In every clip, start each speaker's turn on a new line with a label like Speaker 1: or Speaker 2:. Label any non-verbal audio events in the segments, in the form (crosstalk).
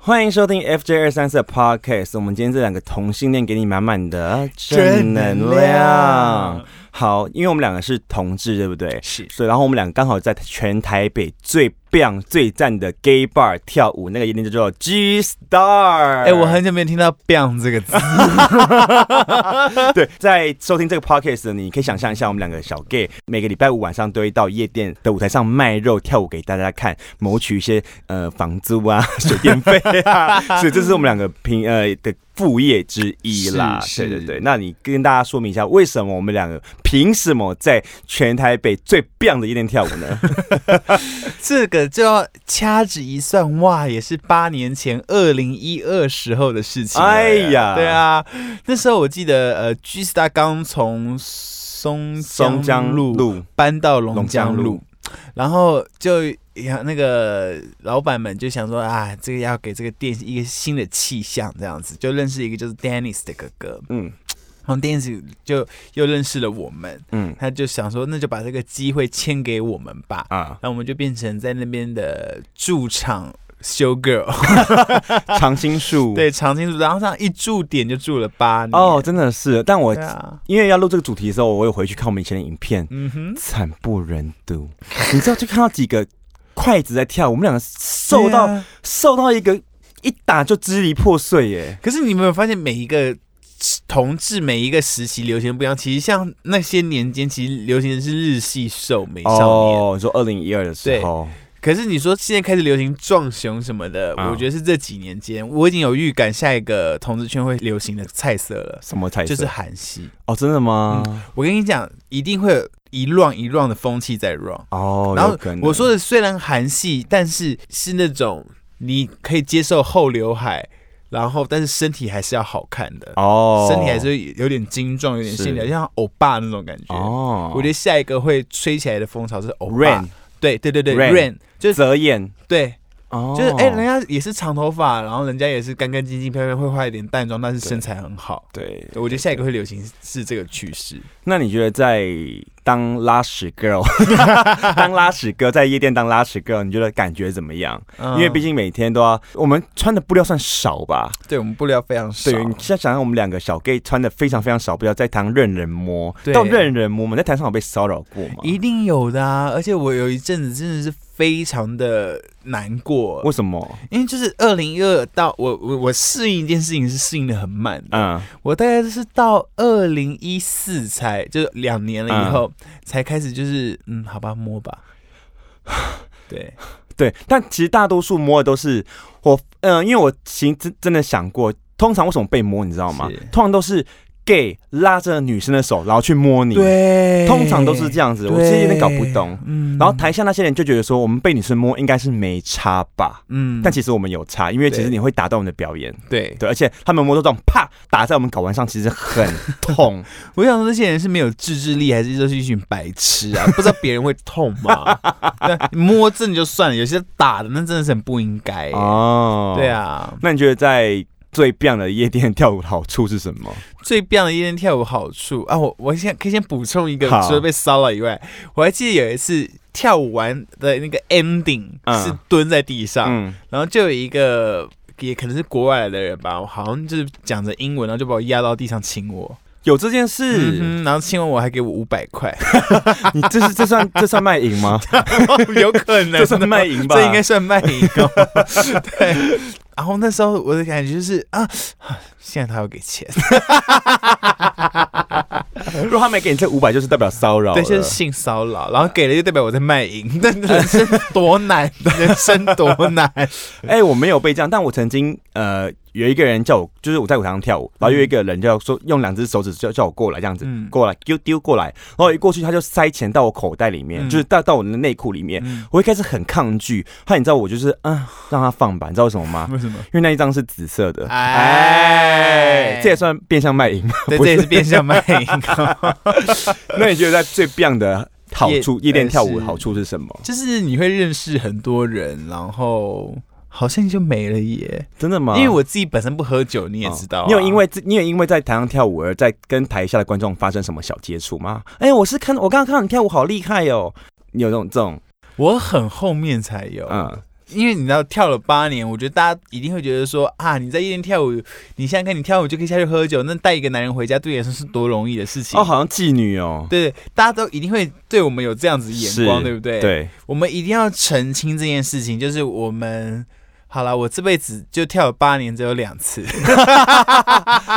Speaker 1: 欢迎收听 FJ 二三四 Podcast。我们今天这两个同性恋给你满满的
Speaker 2: 正能量。
Speaker 1: 好，因为我们两个是同志，对不对？
Speaker 2: 是
Speaker 1: 所以，然后我们俩刚好在全台北最棒、最赞的 gay bar 跳舞，那个夜店就叫做 G Star。
Speaker 2: 哎、我很久没有听到 “biang” 这个字，
Speaker 1: (laughs) 对，在收听这个 podcast 的你，可以想象一下，我们两个小 gay 每个礼拜五晚上都会到夜店的舞台上卖肉跳舞给大家看，谋取一些呃房租啊、水电费
Speaker 2: (laughs)
Speaker 1: 啊，所以这是我们两个平呃的副业之一啦。
Speaker 2: 是
Speaker 1: 对对
Speaker 2: 是
Speaker 1: 对，那你跟大家说明一下，为什么我们两个凭什么在全台北最棒的夜店跳舞
Speaker 2: (laughs)
Speaker 1: 呢？
Speaker 2: (laughs) 这个就要掐指一算，哇，也是八年前二零一二时候的事情了。
Speaker 1: 哎呀
Speaker 2: 对啊，那时候我记得，呃，G Star 刚从松
Speaker 1: 松江
Speaker 2: 路
Speaker 1: 路
Speaker 2: 搬到
Speaker 1: 龙
Speaker 2: 龙
Speaker 1: 江
Speaker 2: 江
Speaker 1: 路
Speaker 2: 路，然后就呀那个老板们就想说啊，这个要给这个店一个新的气象，这样子就认识一个就是 Dennis 的哥哥，
Speaker 1: 嗯
Speaker 2: 然后 Dennis 就又认识了我们。
Speaker 1: 嗯
Speaker 2: 他就想说，那就把这个机会签给我们吧。
Speaker 1: 啊，
Speaker 2: 那我们就变成在那边的驻场 show girl，
Speaker 1: 常青树
Speaker 2: (laughs) 对，常青树，然后这样一驻点就驻了八年。
Speaker 1: 哦，，真的是，但我
Speaker 2: 对啊，
Speaker 1: 因为要录这个主题的时候，我有回去看我们以前的影片，
Speaker 2: 嗯哼，
Speaker 1: 惨不忍睹。你知道，就看到几个筷子在跳，我们两个瘦到、
Speaker 2: 对啊
Speaker 1: 瘦到一个一打就支离破碎耶。
Speaker 2: 可是你有没有发现，每一个同志每一个时期流行不一样？其实像那些年间，其实流行的是日系瘦美少年。
Speaker 1: 哦，你说二零一二的时候，
Speaker 2: 可是你说现在开始流行壮熊什么的，
Speaker 1: 啊
Speaker 2: 我觉得是这几年间，我已经有预感下一个同志圈会流行的菜色了，
Speaker 1: 什么才
Speaker 2: 就是嗯韩系。
Speaker 1: 哦，真的吗？
Speaker 2: 我跟你讲，一定会有一浪一浪的风气在 run。
Speaker 1: 哦，
Speaker 2: 然后
Speaker 1: 有可能
Speaker 2: 我说的虽然韩系，但是是那种你可以接受厚刘海，然后但是身体还是要好看的，
Speaker 1: 哦，
Speaker 2: 身体还是有点精壮，有点线条，
Speaker 1: 是
Speaker 2: 像欧巴那种感觉。
Speaker 1: 哦，
Speaker 2: 我觉得下一个会吹起来的风潮是欧巴
Speaker 1: Rain
Speaker 2: 对对对对
Speaker 1: Rain
Speaker 2: ，rain 就是
Speaker 1: 泽眼
Speaker 2: 对，
Speaker 1: 哦，
Speaker 2: 就是哎、人家也是长头发，然后人家也是干干净净、漂漂亮，会化一点淡妆，但是身材很好。
Speaker 1: 对，
Speaker 2: 我觉得下一个会流行是这个趋势。
Speaker 1: 那你觉得在当拉屎
Speaker 2: (laughs)
Speaker 1: girl，当拉屎哥在夜店当拉屎 girl，你觉得感觉怎么样？因为毕
Speaker 2: 竟
Speaker 1: 竟每天都要，我们穿的布料算少吧？
Speaker 2: 嗯对我们布料非常少，
Speaker 1: 对，你现在想想，我们两个小 gay 穿的非常非常少，不要在台上任人摸，
Speaker 2: 对
Speaker 1: 到任人摸嘛，在台上有被骚扰过吗？
Speaker 2: 一定有的啊！而且我有一阵子真的是非常的难过
Speaker 1: 为，什么？
Speaker 2: 因为就是二零一二到我我我适应一件事情是适应的很慢的，
Speaker 1: 嗯，
Speaker 2: 我大概是到二零一四才就是两年了以后、
Speaker 1: 啊
Speaker 2: 才开始就是嗯，好吧，摸吧。对，
Speaker 1: 对，但其实大多数摸的都是我，嗯、因为我其实真真的想过，通常为什么被摸，你知道吗
Speaker 2: 是？
Speaker 1: 通常都是 gay 拉着女生的手，然后去摸 (sighs) 你，
Speaker 2: 对
Speaker 1: 通常都是这样子，我其实有点搞不懂。。
Speaker 2: 嗯
Speaker 1: 然后台下那些人就觉得说，我们被女生摸应该是没差吧？
Speaker 2: 嗯
Speaker 1: 但其实我们有差，因为其实
Speaker 2: 对
Speaker 1: 你会打断我们的表演。
Speaker 2: 对，
Speaker 1: 对，而且他们摸到这种啪打在我们睾丸上，其实很痛。
Speaker 2: (laughs) 我想说那些人是没有自制力，还是就是一群白
Speaker 1: (laughs)
Speaker 2: 痴啊？不知道别人会痛吗？对，摸真的就算了，有些打的那真的是很不应该、
Speaker 1: 哦
Speaker 2: 对。啊，
Speaker 1: 那你觉得在最棒的夜店跳舞的好处是什么？
Speaker 2: 最棒的夜店跳舞好处啊，我我现在可以先补充一个
Speaker 1: 好，
Speaker 2: 除了被骚扰以外，我还记得有一次跳舞完的那个 ending、
Speaker 1: 嗯
Speaker 2: 是蹲在地上，
Speaker 1: 嗯，
Speaker 2: 然后就有一个也可能是国外来的人吧，我好像就是讲着英文，然后就把我压到地上亲我，
Speaker 1: 有这件事，
Speaker 2: 嗯哼，然后亲完我还给我五百块，
Speaker 1: 你这是这算这算卖淫吗？ (laughs)
Speaker 2: (laughs) 有可能啊
Speaker 1: 这算卖淫吧？
Speaker 2: 这应该算卖淫
Speaker 1: (laughs)
Speaker 2: 哦。对，然后那时候我的感觉就是啊，现在他要给钱，
Speaker 1: 如果他没给你这五百，就是代表骚扰了。
Speaker 2: 对，就是性骚扰，然后给了就代表我在
Speaker 1: (laughs)
Speaker 2: 卖淫，但人生多难，人生多
Speaker 1: (laughs)
Speaker 2: 难。
Speaker 1: 哎、我没有被这样，但我曾经呃有一个人叫我，就是我在舞台上跳舞，然后有一个人就要说用两只手指叫叫我过来这样子，
Speaker 2: 嗯
Speaker 1: 过来丢丢过来，然后一过去他就塞钱到我口袋里面，
Speaker 2: 嗯
Speaker 1: 就是到到我的内裤里面。
Speaker 2: 嗯
Speaker 1: 我一开始很抗拒，后来你知道我就是啊让他放吧，你知道为什么
Speaker 2: (laughs)
Speaker 1: 吗？
Speaker 2: 为什么？
Speaker 1: 因为那一张是紫色的，
Speaker 2: 哎
Speaker 1: 哎，这也算变相卖
Speaker 2: (laughs)
Speaker 1: 淫吗？
Speaker 2: 对，
Speaker 1: 不
Speaker 2: 这
Speaker 1: 是
Speaker 2: 也是变相卖淫
Speaker 1: (laughs)
Speaker 2: 哦。
Speaker 1: 那你觉得在最棒的好处，
Speaker 2: 夜
Speaker 1: 夜店跳舞
Speaker 2: 呃
Speaker 1: 的
Speaker 2: 是
Speaker 1: 好处是什么？
Speaker 2: 就是你会认识很多人，然后好像就没了耶。
Speaker 1: 真的吗？
Speaker 2: 因为我自己本身不喝酒，你也知道啊、
Speaker 1: 哦你有因为自你有因为在台上跳舞而在跟台下的观众发生什么小接触吗？哎、我是看我刚刚看到你跳舞好厉害哦，你有这种这种
Speaker 2: 我很后面才有，
Speaker 1: 嗯，
Speaker 2: 因为你知道跳了八年，我觉得大家一定会觉得说啊，你在夜店跳舞，你想想看，你跳舞就可以下去喝酒，那带一个男人回家，对你来说是多容易的事情。
Speaker 1: 哦，好像妓女哦，
Speaker 2: 对，大家都一定会对我们有这样子的眼光，
Speaker 1: 是
Speaker 2: 对不对？，
Speaker 1: 对，
Speaker 2: 我们一定要澄清这件事情，就是我们好了，我这辈子就跳了八年，只有
Speaker 1: (laughs)
Speaker 2: 两次。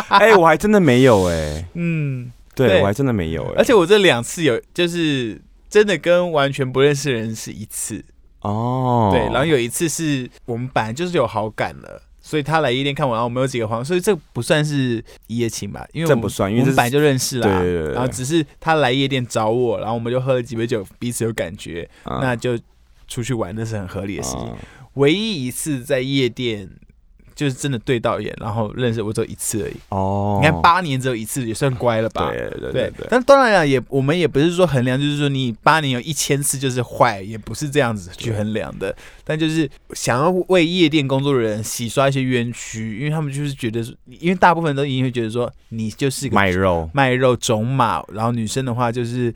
Speaker 1: 哎，我还真的没有哎，
Speaker 2: 嗯，
Speaker 1: 对
Speaker 2: 对
Speaker 1: 我还真的没有
Speaker 2: 而
Speaker 1: 哎，
Speaker 2: 且我这两次有就是真的跟完全不认识的人是一次，
Speaker 1: 哦，
Speaker 2: 对，然后有一次是我们本来就是有好感了。所以他来夜店看我，然后我们有几个黄，所以这不算是一夜情吧？因为我
Speaker 1: 这
Speaker 2: 们
Speaker 1: 不算因为这
Speaker 2: 我们
Speaker 1: 是
Speaker 2: 本来就认识啦。
Speaker 1: 对对对对
Speaker 2: 然后只是他来夜店找我，然后我们就喝了几杯酒，彼此有感觉，
Speaker 1: 啊
Speaker 2: 那就出去玩，那是很合理的事情。
Speaker 1: 啊
Speaker 2: 唯一一次在夜店就是真的对到眼，然后认识我只有一次而已。
Speaker 1: 哦，
Speaker 2: 你看八年只有一次，也算乖了吧？
Speaker 1: 对对
Speaker 2: 对
Speaker 1: 对对，
Speaker 2: 但当然啊了，也我们也不是说衡量，就是说你八年有一千次就是坏，也不是这样子去衡量的。但就是想要为夜店工作的人洗刷一些冤屈，因为他们就是觉得说，因为大部分都一定会觉得说你就是个
Speaker 1: 卖肉
Speaker 2: 卖肉种马，然后女生的话就是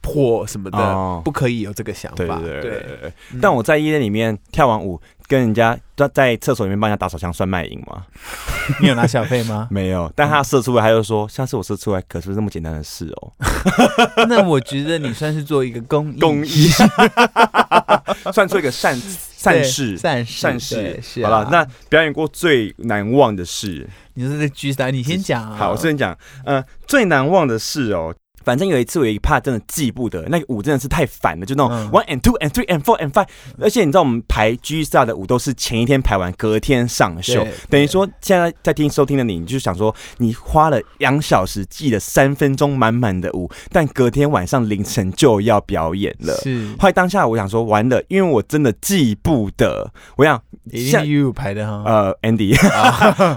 Speaker 2: 破什么的，
Speaker 1: 哦
Speaker 2: 不可以有这个想
Speaker 1: 对
Speaker 2: 法。
Speaker 1: 对对对对。
Speaker 2: 嗯
Speaker 1: 但我在夜店里面跳完舞，跟人家在在厕所里面帮人家打手枪，算卖淫
Speaker 2: (laughs)
Speaker 1: 吗？？
Speaker 2: 你有拿小费吗
Speaker 1: (laughs) 没有。但他射出来，他就说：“下次我射出来可不是那么简单的事哦。
Speaker 2: 那我觉得你算是做一个公益”
Speaker 1: 公
Speaker 2: (laughs)
Speaker 1: 益，算做一个 (laughs) 善善事。
Speaker 2: 善事
Speaker 1: 善
Speaker 2: 对
Speaker 1: 事，
Speaker 2: 是
Speaker 1: 好
Speaker 2: 啊
Speaker 1: 了，那表演过最难忘的事，
Speaker 2: 你是在居三，你先讲啊。
Speaker 1: 好，我先讲，呃，最难忘的事哦。反正有一次我有一怕真的记不得，那个舞真的是太烦了，就那种
Speaker 2: 嗯
Speaker 1: one and two and three and four and five，而且你知道我们排 G Star 的舞都是前一天排完，隔天上秀
Speaker 2: 对，
Speaker 1: 等于说现在在听收听的你，你就想说你花了两小时记了三分钟满满的舞，但隔天晚上凌晨就要表演了。
Speaker 2: 是
Speaker 1: 后来当下我想说完了，因为我真的记不得，我想
Speaker 2: 一定
Speaker 1: 像
Speaker 2: 是 U 排的哈。
Speaker 1: 呃，Andy，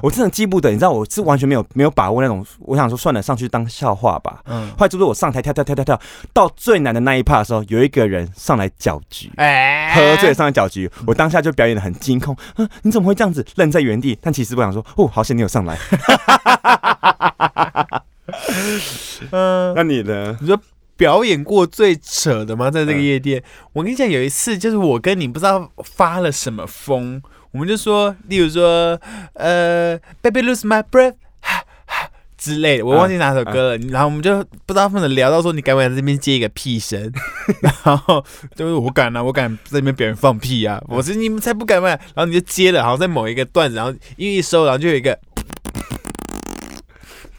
Speaker 1: 我 (laughs) 真的记不得，你知道我是完全没有没有把握那种，我想说算了，上去当笑话吧。
Speaker 2: 嗯，
Speaker 1: 后来就是我上台跳跳跳跳跳，到最难的那一趴的时候，有一个人上来搅局，
Speaker 2: 哎
Speaker 1: 喝醉上来搅局，我当下就表演的很惊恐，啊，你怎么会这样子愣在原地？但其实我想说，哦，好险你有上来。
Speaker 2: 嗯。
Speaker 1: 那你呢？
Speaker 2: 表演过最扯的吗？在这个夜店，我跟你讲，有一次就是我跟你不知道发了什么疯，我们就说，例如说，呃，Baby lose my breath 哈哈之类的，我忘记哪首歌了。然后我们就不知道分的聊到说，你敢不敢在这边接一个屁声？然后就是我敢啊，我敢在这边表演放屁啊！我说你们才不敢嘛。然后你就接了，好像在某一个段子，然后因为一收，然后就有一个，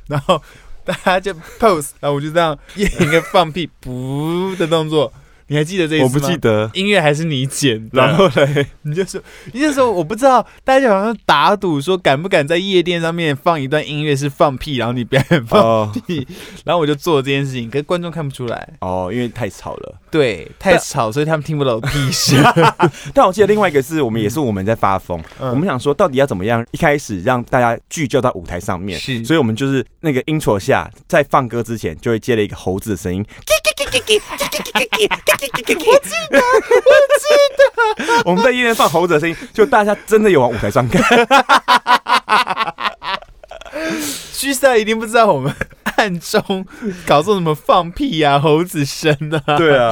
Speaker 2: 然后大家就 pose，然后我就这样演一个放屁噗的动作。你还记得这一次
Speaker 1: 我
Speaker 2: 吗？
Speaker 1: 不记得。
Speaker 2: 音乐还是你剪的，
Speaker 1: 然后嘞，
Speaker 2: 你就说，你那时候我不知道，大家好像打赌说敢不敢在夜店上面放一段音乐是放屁，然后你表演放
Speaker 1: (laughs) 哦
Speaker 2: 屁，然后我就做了这件事情，可是观众看不出来，
Speaker 1: (laughs) 哦，因为太吵了。
Speaker 2: 对，太吵，所以他们听不懂屁声。
Speaker 1: 但我记得另外一个是我们也是我们在发疯，
Speaker 2: 嗯
Speaker 1: 我们想说到底要怎么样一开始让大家聚焦到舞台上面，
Speaker 2: 是
Speaker 1: 所以我们就是那个 intro 下，在放歌之前就会接了一个猴子的声音，我们在夜店放猴子的声音，就大家真的有往舞台上看，
Speaker 2: 居赛一定不知道我们暗中搞错什么放屁啊、猴子声啊，
Speaker 1: 对啊。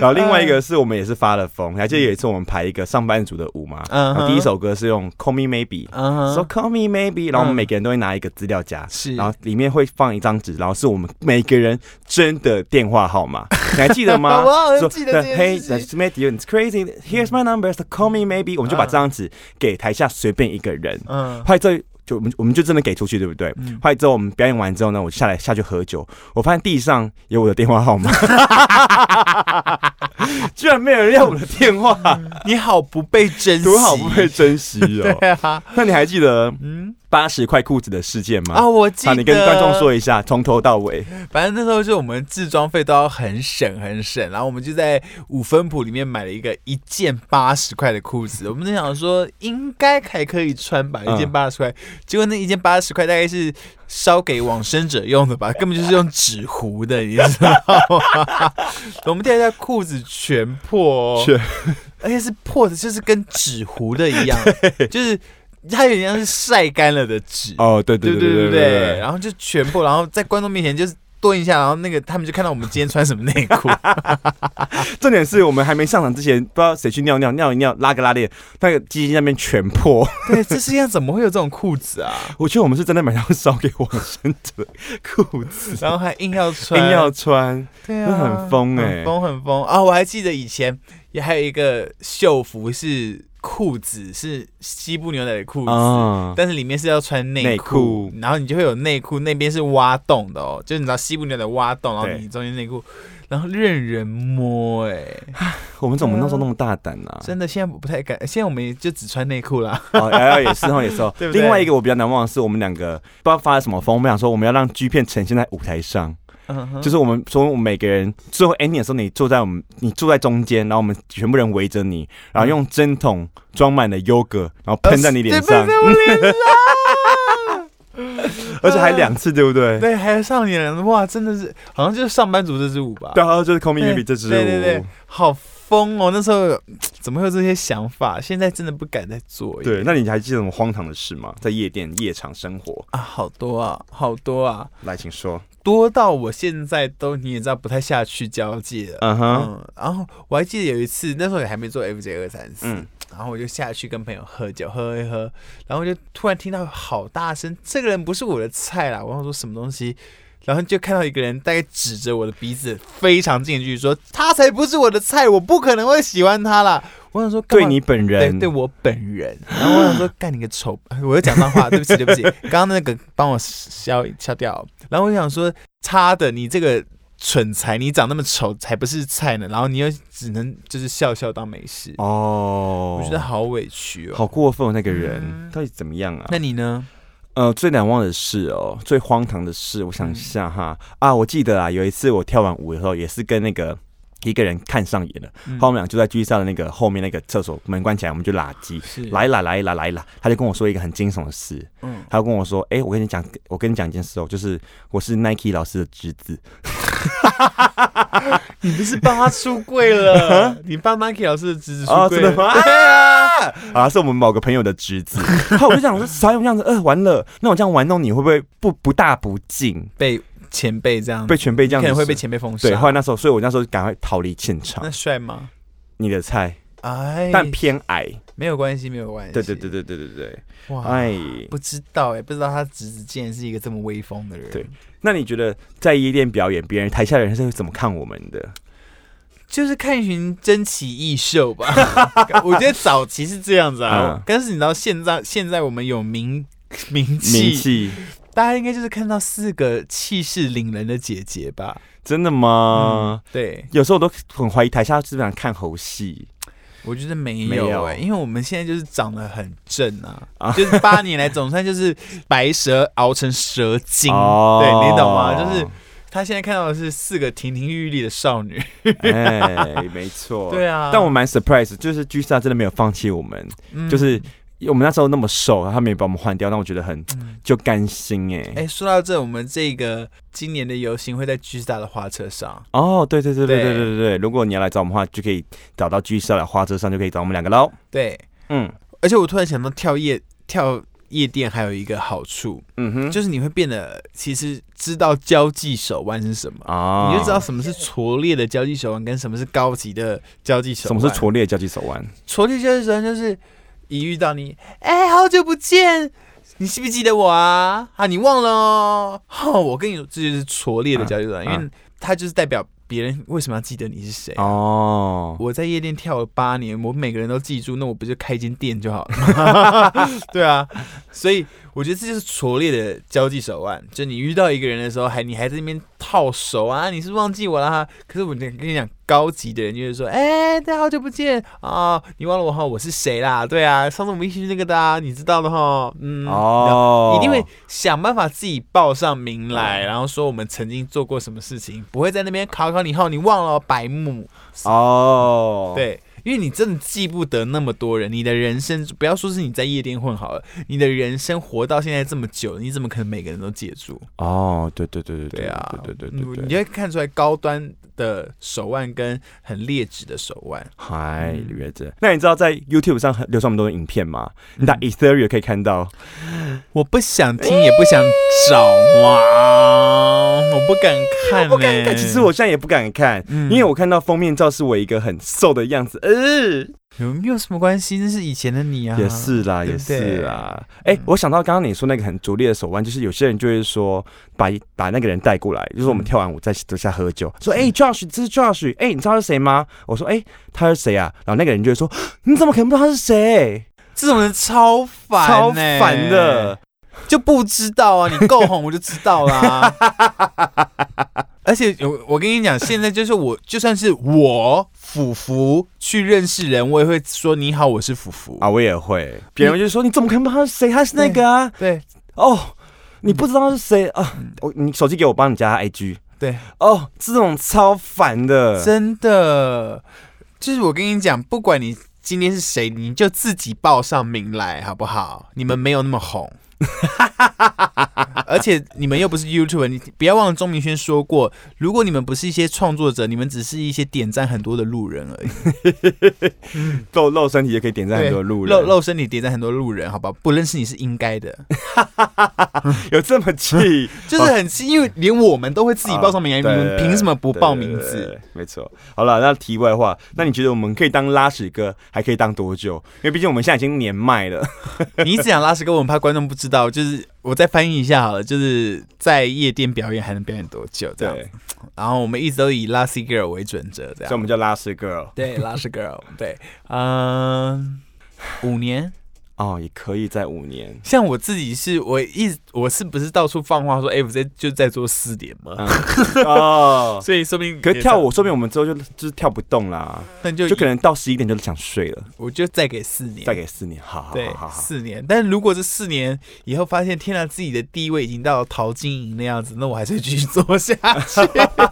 Speaker 1: 然后另外一个是我们也是发了疯，还记得有一次我们排一个上班族的舞嘛，
Speaker 2: 嗯
Speaker 1: 然
Speaker 2: 哼
Speaker 1: 后第一首歌是用 Call Me Maybe。
Speaker 2: 嗯
Speaker 1: 说
Speaker 2: 哼，
Speaker 1: Call me maybe，然后我们
Speaker 2: 嗯
Speaker 1: 每个人都会拿一个资料夹，
Speaker 2: 是
Speaker 1: 然后里面会放一张纸，然后是我们每个人真的电话号
Speaker 2: (laughs)
Speaker 1: 码，你还记得吗？
Speaker 2: 我好像
Speaker 1: 说
Speaker 2: 记得
Speaker 1: "The-
Speaker 2: 这件
Speaker 1: Hey,
Speaker 2: 事
Speaker 1: that's made you, it's crazy. Here's my number, so call me maybe。我们就把
Speaker 2: 嗯
Speaker 1: 这张纸给台下随便一个人，
Speaker 2: 嗯，
Speaker 1: 后来这就我们我们就真的给出去，对不对？
Speaker 2: 嗯
Speaker 1: 后来之后我们表演完之后呢，我下来下去喝酒，我发现地上有我的电话号
Speaker 2: (laughs)
Speaker 1: 码，居然没有人要我的电
Speaker 2: (laughs)
Speaker 1: 话，
Speaker 2: 你好不被珍惜，
Speaker 1: 多好不被珍惜哦！
Speaker 2: 对啊，
Speaker 1: (laughs) 那你还记得
Speaker 2: 嗯
Speaker 1: 八十块裤子的事件吗？
Speaker 2: 啊，我记
Speaker 1: 啊，
Speaker 2: 得，
Speaker 1: 你跟观众说一下，从头到尾。
Speaker 2: 反正那时候就我们自装费都要很省很省，然后我们就在五分铺里面买了一个一件八十块的裤子，我们就想说应该还可以穿吧，
Speaker 1: 嗯
Speaker 2: 一件八十块，结果那一件八十块大概是烧给往生者用的吧，根本就是用纸糊的，你知道吗？ (laughs) 我们掉下裤子全破、哦，
Speaker 1: 全
Speaker 2: 而且是破的，就是跟纸糊的一样，就是它有点像是晒干了的纸
Speaker 1: 哦，对对
Speaker 2: 对
Speaker 1: 对对
Speaker 2: 对对
Speaker 1: 对对
Speaker 2: 然后就全部，然后在观众面前就是蹲一下，然后那个他们就看到我们今天穿什么内
Speaker 1: (laughs)
Speaker 2: 裤，
Speaker 1: 重点是我们还没上场之前，不知道谁去尿尿，尿一尿拉个拉链，那个鸡鸡那边全破。 (laughs)
Speaker 2: 对，这世界上怎么会有这种裤子啊？
Speaker 1: 我觉得我们是真的买到烧给我生的裤子，
Speaker 2: 然后还硬要穿，
Speaker 1: 硬要穿。
Speaker 2: 对
Speaker 1: 那
Speaker 2: 啊，
Speaker 1: 很疯欸
Speaker 2: 很疯很疯啊！我还记得以前也还有一个秀服是裤子，是西部牛仔的裤子。
Speaker 1: 啊，
Speaker 2: 但是里面是要穿内
Speaker 1: 内裤
Speaker 2: 然后你就会有内裤那边是挖洞的哦，就是你知道西部牛仔挖洞，然后
Speaker 1: 对
Speaker 2: 你中间内裤，然后任人摸、哎，
Speaker 1: 我们怎么那时候那么大胆呢、
Speaker 2: 真的现在不太敢，现在我们也就只穿内裤啦。
Speaker 1: 哦，L L 也是哦，也是哦。
Speaker 2: 啊 (laughs) 对不对
Speaker 1: 另外一个我比较难忘的是，我们两个不知道发了什么疯，我们想说我们要让 G 片呈现在舞台上，
Speaker 2: 嗯哼
Speaker 1: 就是我们说我们每个人最后 ending 的时候，你坐在我们你坐在中间，然后我们全部人围着你，然
Speaker 2: 嗯
Speaker 1: 后用针筒装满了 yogurt，然后喷在你脸
Speaker 2: 呃对
Speaker 1: 上
Speaker 2: 喷，在我脸上。
Speaker 1: 而且还两次，对不对？
Speaker 2: (laughs) 对，还有少年人，哇，真的是好像就是上班族这支舞吧？
Speaker 1: 对，还有就是 Call Me
Speaker 2: 对
Speaker 1: Maybe 这支舞，
Speaker 2: 对对对，好疯哦！那时候怎么会有这些想法？现在真的不敢再做耶。
Speaker 1: 对那你还记得什么荒唐的事吗？在夜店夜场生活，
Speaker 2: 啊，好多啊，好多啊，
Speaker 1: 来，请说。
Speaker 2: 多到我现在都你也知道不太下去交际了。
Speaker 1: 嗯哼，
Speaker 2: 嗯，然后我还记得有一次，那时候也还没做 FJ 二三四，
Speaker 1: 嗯，
Speaker 2: 然后我就下去跟朋友喝酒，喝一喝，然后就突然听到好大声，这个人不是我的菜啦！我想说什么东西，然后就看到一个人大概指着我的鼻子，非常近距离说：“他才不是我的菜，我不可能会喜欢他啦！”我想说，干
Speaker 1: 对
Speaker 2: 嘛
Speaker 1: 你本
Speaker 2: 对
Speaker 1: 人，
Speaker 2: 对呃我本人，然后我想说干你个丑，我又讲脏话，对不起对不起，刚刚那个帮我消消掉。然后我想说，擦的你这个蠢材，你长那么丑才不是菜呢，然后你又只能就是笑笑当没事，
Speaker 1: 哦，
Speaker 2: 我觉得好委屈哦。
Speaker 1: 好过分哦，那个人、
Speaker 2: 嗯
Speaker 1: 到底怎么样啊？
Speaker 2: 那你呢？
Speaker 1: 呃，最难忘的事哦，最荒唐的事，我想一
Speaker 2: 嗯
Speaker 1: 下哈、啊，我记得啊，有一次我跳完舞的时候，也是跟那个一个人看上眼了，
Speaker 2: 嗯
Speaker 1: 后来我们俩就在居上的那个后面那个厕所门关起来，我们就拉鸡，
Speaker 2: 是，
Speaker 1: 来啦来啦来啦，他就跟我说一个很惊悚的事，
Speaker 2: 嗯，
Speaker 1: 他就跟我说，哎、我跟你讲，我跟你讲一件事哦，就是我是 Nike 老师的侄子，
Speaker 2: 你不是帮他出
Speaker 1: (laughs)
Speaker 2: 柜了？你帮 Nike 老师的侄子出
Speaker 1: 哦，
Speaker 2: 柜
Speaker 1: 真的
Speaker 2: 了？ (laughs)
Speaker 1: 吗？啊，啊，是我们某个朋友的侄子，然后我就想说，啥用这样子，呃，完了，那我这样玩弄你会不会不不大不敬，
Speaker 2: 被前辈这样，
Speaker 1: 被全被这样
Speaker 2: 嗯可
Speaker 1: 子
Speaker 2: 能会被前辈封杀。
Speaker 1: 对，后来那时候，所以我那时候就赶快逃离现场
Speaker 2: 啊那。帅吗？
Speaker 1: 你的菜，
Speaker 2: 哎，
Speaker 1: 但偏矮。
Speaker 2: 没有关系，没有关系。
Speaker 1: 对对对，对对对对。
Speaker 2: 哇，
Speaker 1: 哎，
Speaker 2: 不知道哎、不知道他侄子竟然是一个这么威风的人。
Speaker 1: 对，那你觉得在夜店表演，别人台下的人是会怎么看我们的？
Speaker 2: 就是看一群珍奇异
Speaker 1: (laughs)
Speaker 2: 兽吧。我觉得早期是这样子啊，
Speaker 1: 嗯
Speaker 2: 但是你知道现在现在我们有名名
Speaker 1: 名
Speaker 2: 气，
Speaker 1: 气
Speaker 2: 大家应该就是看到四个气势凛人的姐姐吧？
Speaker 1: 真的
Speaker 2: 嗯
Speaker 1: 吗？
Speaker 2: 对，
Speaker 1: 有时候我都很怀疑台下是不是想看猴
Speaker 2: (laughs)
Speaker 1: 戏。
Speaker 2: 我觉得没
Speaker 1: 没有
Speaker 2: 有哎、因为我们现在就是长得很正啊，
Speaker 1: 啊
Speaker 2: 就是八年来总算就是白蛇熬成蛇精，
Speaker 1: 哦
Speaker 2: 对你懂吗？就是他现在看到的是四个亭亭玉立的
Speaker 1: (laughs)
Speaker 2: 少女，
Speaker 1: 哎，没错。
Speaker 2: 对啊，
Speaker 1: 但我蛮 surprise，就是居萨真的没有放弃我们，
Speaker 2: 嗯
Speaker 1: 就是我们那时候那么瘦，他没有把我们换掉，让我觉得很
Speaker 2: 嗯
Speaker 1: 就甘心哎、
Speaker 2: 哎、说到这，我们这个今年的游行会在巨大的花车上，
Speaker 1: 哦，对对对对对
Speaker 2: 对
Speaker 1: 对对对，如果你要来找我们的话，就可以找到 G 社的花车上，就可以找我们两个喽。
Speaker 2: 对，
Speaker 1: 嗯
Speaker 2: 而且我突然想到跳夜跳夜店还有一个好处，
Speaker 1: 嗯哼，
Speaker 2: 就是你会变得其实知道交际手腕是什么，
Speaker 1: 啊，
Speaker 2: 你就知道什么是拙劣的交际手腕，跟什么是高级的交际手
Speaker 1: 什
Speaker 2: 腕。
Speaker 1: 么是拙劣交际手腕。
Speaker 2: 拙劣交际手腕？就是一遇到你，哎、好久不见。你记不记得我啊？啊，你忘了哦。哦，我跟你说，这就是拙劣的交际手腕，
Speaker 1: 啊
Speaker 2: 因为它就是代表别人为什么要记得你是谁啊
Speaker 1: 哦，
Speaker 2: 我在夜店跳了八年，我每个人都记住，那我不就开一间店就好了？对啊，所以我觉得这就是拙劣的交际手腕。就你遇到一个人的时候，还你还在那边套手啊，你是不是忘记我啦、可是我跟你讲，高级的人就是说，哎、大家好久不见啊、你忘了我哈，我是谁啦？对啊，上次我们一起去那个的、啊，你知道的哈，嗯，
Speaker 1: 哦，
Speaker 2: 一定会想办法自己报上名来，然后说我们曾经做过什么事情，不会在那边考考你后，你忘了哦白目。
Speaker 1: 哦，，
Speaker 2: 对，因为你真的记不得那么多人，你的人生不要说是你在夜店混好了，你的人生活到现在这么久，你怎么可能每个人都记得住？
Speaker 1: 哦，对对对对
Speaker 2: 对啊，
Speaker 1: 对对对
Speaker 2: 你
Speaker 1: 对
Speaker 2: 你
Speaker 1: 对，
Speaker 2: 就会看出来高端的手腕跟很劣质的手腕。
Speaker 1: 嗨，
Speaker 2: 嗯嗯
Speaker 1: 李月哲，那你知道在 YouTube 上很流传很多的影片吗？你打 Ethereum 可以看到
Speaker 2: 我不想听，也不想找啊，我 (laughs) 不敢看、欸，
Speaker 1: 不敢 (laughs) 看。其实我现在也不敢看，
Speaker 2: 嗯
Speaker 1: 因为我看到封面照是我一个很瘦的样子，呃，
Speaker 2: 有没有什么关系？那是以前的你啊，
Speaker 1: 也是啦，
Speaker 2: 对
Speaker 1: 也
Speaker 2: 不对嗯
Speaker 1: 是啦。哎、我想到刚刚你说那个很拙劣的手腕，就是有些人就会说把把那个人带过来，就是我们跳完舞在楼下喝
Speaker 2: 嗯
Speaker 1: 酒，说哎、Josh，这是 Josh，哎、你知道他是谁吗？我说哎、他是谁啊？然后那个人就会说你怎么可能不知道他是谁？
Speaker 2: 这种人超烦、欸
Speaker 1: 超烦的。，
Speaker 2: 就不知道啊，你够红我就知道啦。 (laughs) 而且我我跟你讲，现在就是我，就算是我福福去认识人，我也会说你好，我是福福。
Speaker 1: 啊，我也会。别人就说你怎么可能不知道他是谁？他是那个啊，
Speaker 2: 对
Speaker 1: 哦，你不知道他是谁啊？我你手机给我，帮你加他 IG。
Speaker 2: 对，
Speaker 1: 哦，这种超烦的。
Speaker 2: 真的，就是我跟你讲，不管你今天是谁，你就自己报上名来，好不好？你们没有那么 (laughs) 红。而且你们又不是 YouTube，你不要忘了钟明轩说过，如果你们不是一些创作者，你们只是一些点赞很多的路人而已。
Speaker 1: 露露身体也可以点赞很多路人，
Speaker 2: 露露身体叠在很多路人，好吧？不认识你是应该
Speaker 1: (laughs)
Speaker 2: 的，
Speaker 1: 有这么气，
Speaker 2: 就是很气，因为连我们都会自己报上名来，
Speaker 1: 啊对
Speaker 2: 你们凭什么不报名？
Speaker 1: 对对对
Speaker 2: 字？
Speaker 1: 对没错。好了，那题外话，那你觉得我们可以当拉屎哥还可以当多久？因为毕竟我们现在已经年迈
Speaker 2: (laughs)
Speaker 1: 了。
Speaker 2: 你一直讲拉屎歌，我很怕观众不知道，就是我再翻译一下好了，就是在夜店表演还能表演多久这样
Speaker 1: 对，啊
Speaker 2: 然后我们一直都以拉屎 girl 为准则
Speaker 1: 所以
Speaker 2: 这
Speaker 1: 我
Speaker 2: 样。
Speaker 1: 们叫拉屎 girl。
Speaker 2: 对，
Speaker 1: (laughs)
Speaker 2: 拉屎 girl，对，嗯、五年。
Speaker 1: 哦，也可以在五年。
Speaker 2: 像我自己是，我一直我是不是到处放话说，哎、我在就在做四点嘛，
Speaker 1: 嗯 (laughs) 哦，
Speaker 2: 所以说明
Speaker 1: 可是跳舞，说明我们之后就就是跳不动啦。
Speaker 2: 那就
Speaker 1: 就可能到十一点就想睡了，
Speaker 2: 我就再给四年，
Speaker 1: 再给四年，好好
Speaker 2: 对
Speaker 1: 好，好好，
Speaker 2: 四年。但如果这四年以后发现，天呐，自己的地位已经到淘金营那样子，那我还是会继续做下去。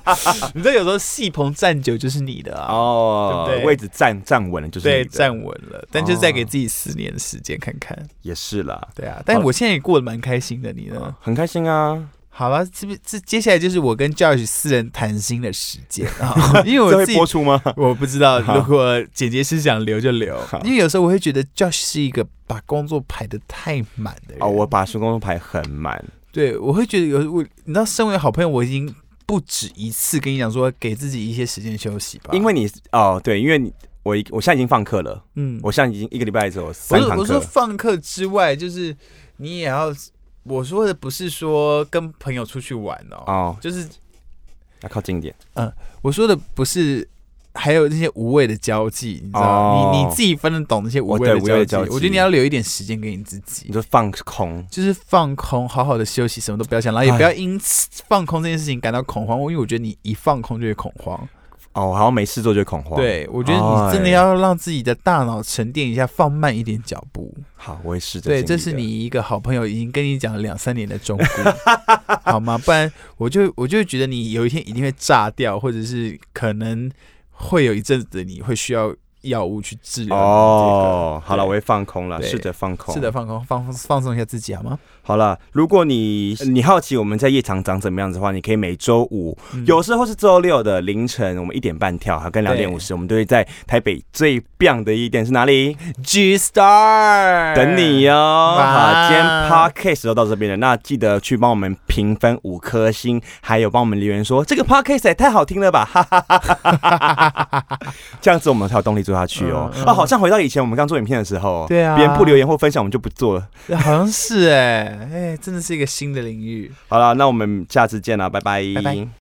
Speaker 1: (laughs)
Speaker 2: 你知道，有时候戏棚站久就是你的啊，
Speaker 1: 哦，
Speaker 2: 对不对
Speaker 1: 位置站站稳了就是
Speaker 2: 对，
Speaker 1: 你的
Speaker 2: 站稳了。但就是再给自己四年的时间看看。
Speaker 1: 也是啦，
Speaker 2: 对啊，但
Speaker 1: 好
Speaker 2: 我现在也过得蛮开心的，你呢？
Speaker 1: 很开心啊，
Speaker 2: 好了，这边这接下来就是我跟 Josh 私人谈心的时间
Speaker 1: (laughs)
Speaker 2: 啊，因为
Speaker 1: 这
Speaker 2: 我
Speaker 1: 会
Speaker 2: 自己
Speaker 1: 播出
Speaker 2: (laughs)
Speaker 1: 吗？
Speaker 2: 我不知道，
Speaker 1: 好
Speaker 2: 如果姐姐是想留就留
Speaker 1: 好，
Speaker 2: 因为有时候我会觉得 Josh 是一个把工作排的太满的人。
Speaker 1: 哦，我把孙工作排很满，
Speaker 2: 对我会觉得有我，你知道，身为好朋友，我已经不止一次跟你讲说，给自己一些时间休息吧。
Speaker 1: 因为你哦，对，因为你我一我现在已经放课了，
Speaker 2: 嗯，
Speaker 1: 我现在已经一个礼拜只有
Speaker 2: 我
Speaker 1: 三
Speaker 2: 是
Speaker 1: 堂
Speaker 2: 我说
Speaker 1: 课，
Speaker 2: 放课之外，就是你也要，我说的不是说跟朋友出去玩哦，
Speaker 1: 哦，
Speaker 2: 就是
Speaker 1: 要靠近一点，
Speaker 2: 我说的不是。还有那些无谓的交际，你知道吗？
Speaker 1: 哦
Speaker 2: 你你自己分得懂那些无谓
Speaker 1: 我对无谓
Speaker 2: 的
Speaker 1: 的
Speaker 2: 交
Speaker 1: 交
Speaker 2: 际。
Speaker 1: 际
Speaker 2: 我觉得你要留一点时间给你自己
Speaker 1: 你，就放空，
Speaker 2: 就是放空，好好的休息，什么都不要想，然后也
Speaker 1: 哎
Speaker 2: 不要因此放空这件事情感到恐慌，因为我觉得你一放空就会恐慌。
Speaker 1: 哦，好像没事做就恐慌，，
Speaker 2: 对，我觉得你真的
Speaker 1: 哎
Speaker 2: 要让自己的大脑沉淀一下，放慢一点脚
Speaker 1: (laughs)
Speaker 2: 步。
Speaker 1: 好，我也是，
Speaker 2: 对，这是，你一个好朋友已经跟你讲了两三年的
Speaker 1: (laughs)
Speaker 2: 忠告，好吗？不然我就我就会觉得你有一天一定会炸掉，或者是可能会有一阵子你会需要药物去治疗。
Speaker 1: 哦，好了，
Speaker 2: 对
Speaker 1: 我会放空了，
Speaker 2: 对
Speaker 1: 试着放空，
Speaker 2: 是的，放空放放松一下自己好吗？
Speaker 1: 好了，如果你呃你好奇我们在夜场长怎么样子的话，你可以每周五，
Speaker 2: 嗯
Speaker 1: 有时候是周六的凌晨，我们一点半跳，还跟两点五十，我们都会在台北最棒的夜店是哪里？
Speaker 2: G Star
Speaker 1: 等你哟、
Speaker 2: 哇
Speaker 1: 好，今天 podcast 就到这边了，那记得去帮我们评分五颗星，还有帮我们留言说这个 podcast 也太好听了吧，哈哈哈哈
Speaker 2: (laughs)
Speaker 1: 哈哈！这样子我们才有动力做下去哦。
Speaker 2: 嗯嗯
Speaker 1: 哦，好像回到以前我们刚做影片的时候，
Speaker 2: 对啊
Speaker 1: 别人不留言或分享，我们就不做了。
Speaker 2: 好像是哎、哎、真的是一个新的领域。
Speaker 1: 好了，那我们下次见啦，拜拜，
Speaker 2: 拜拜。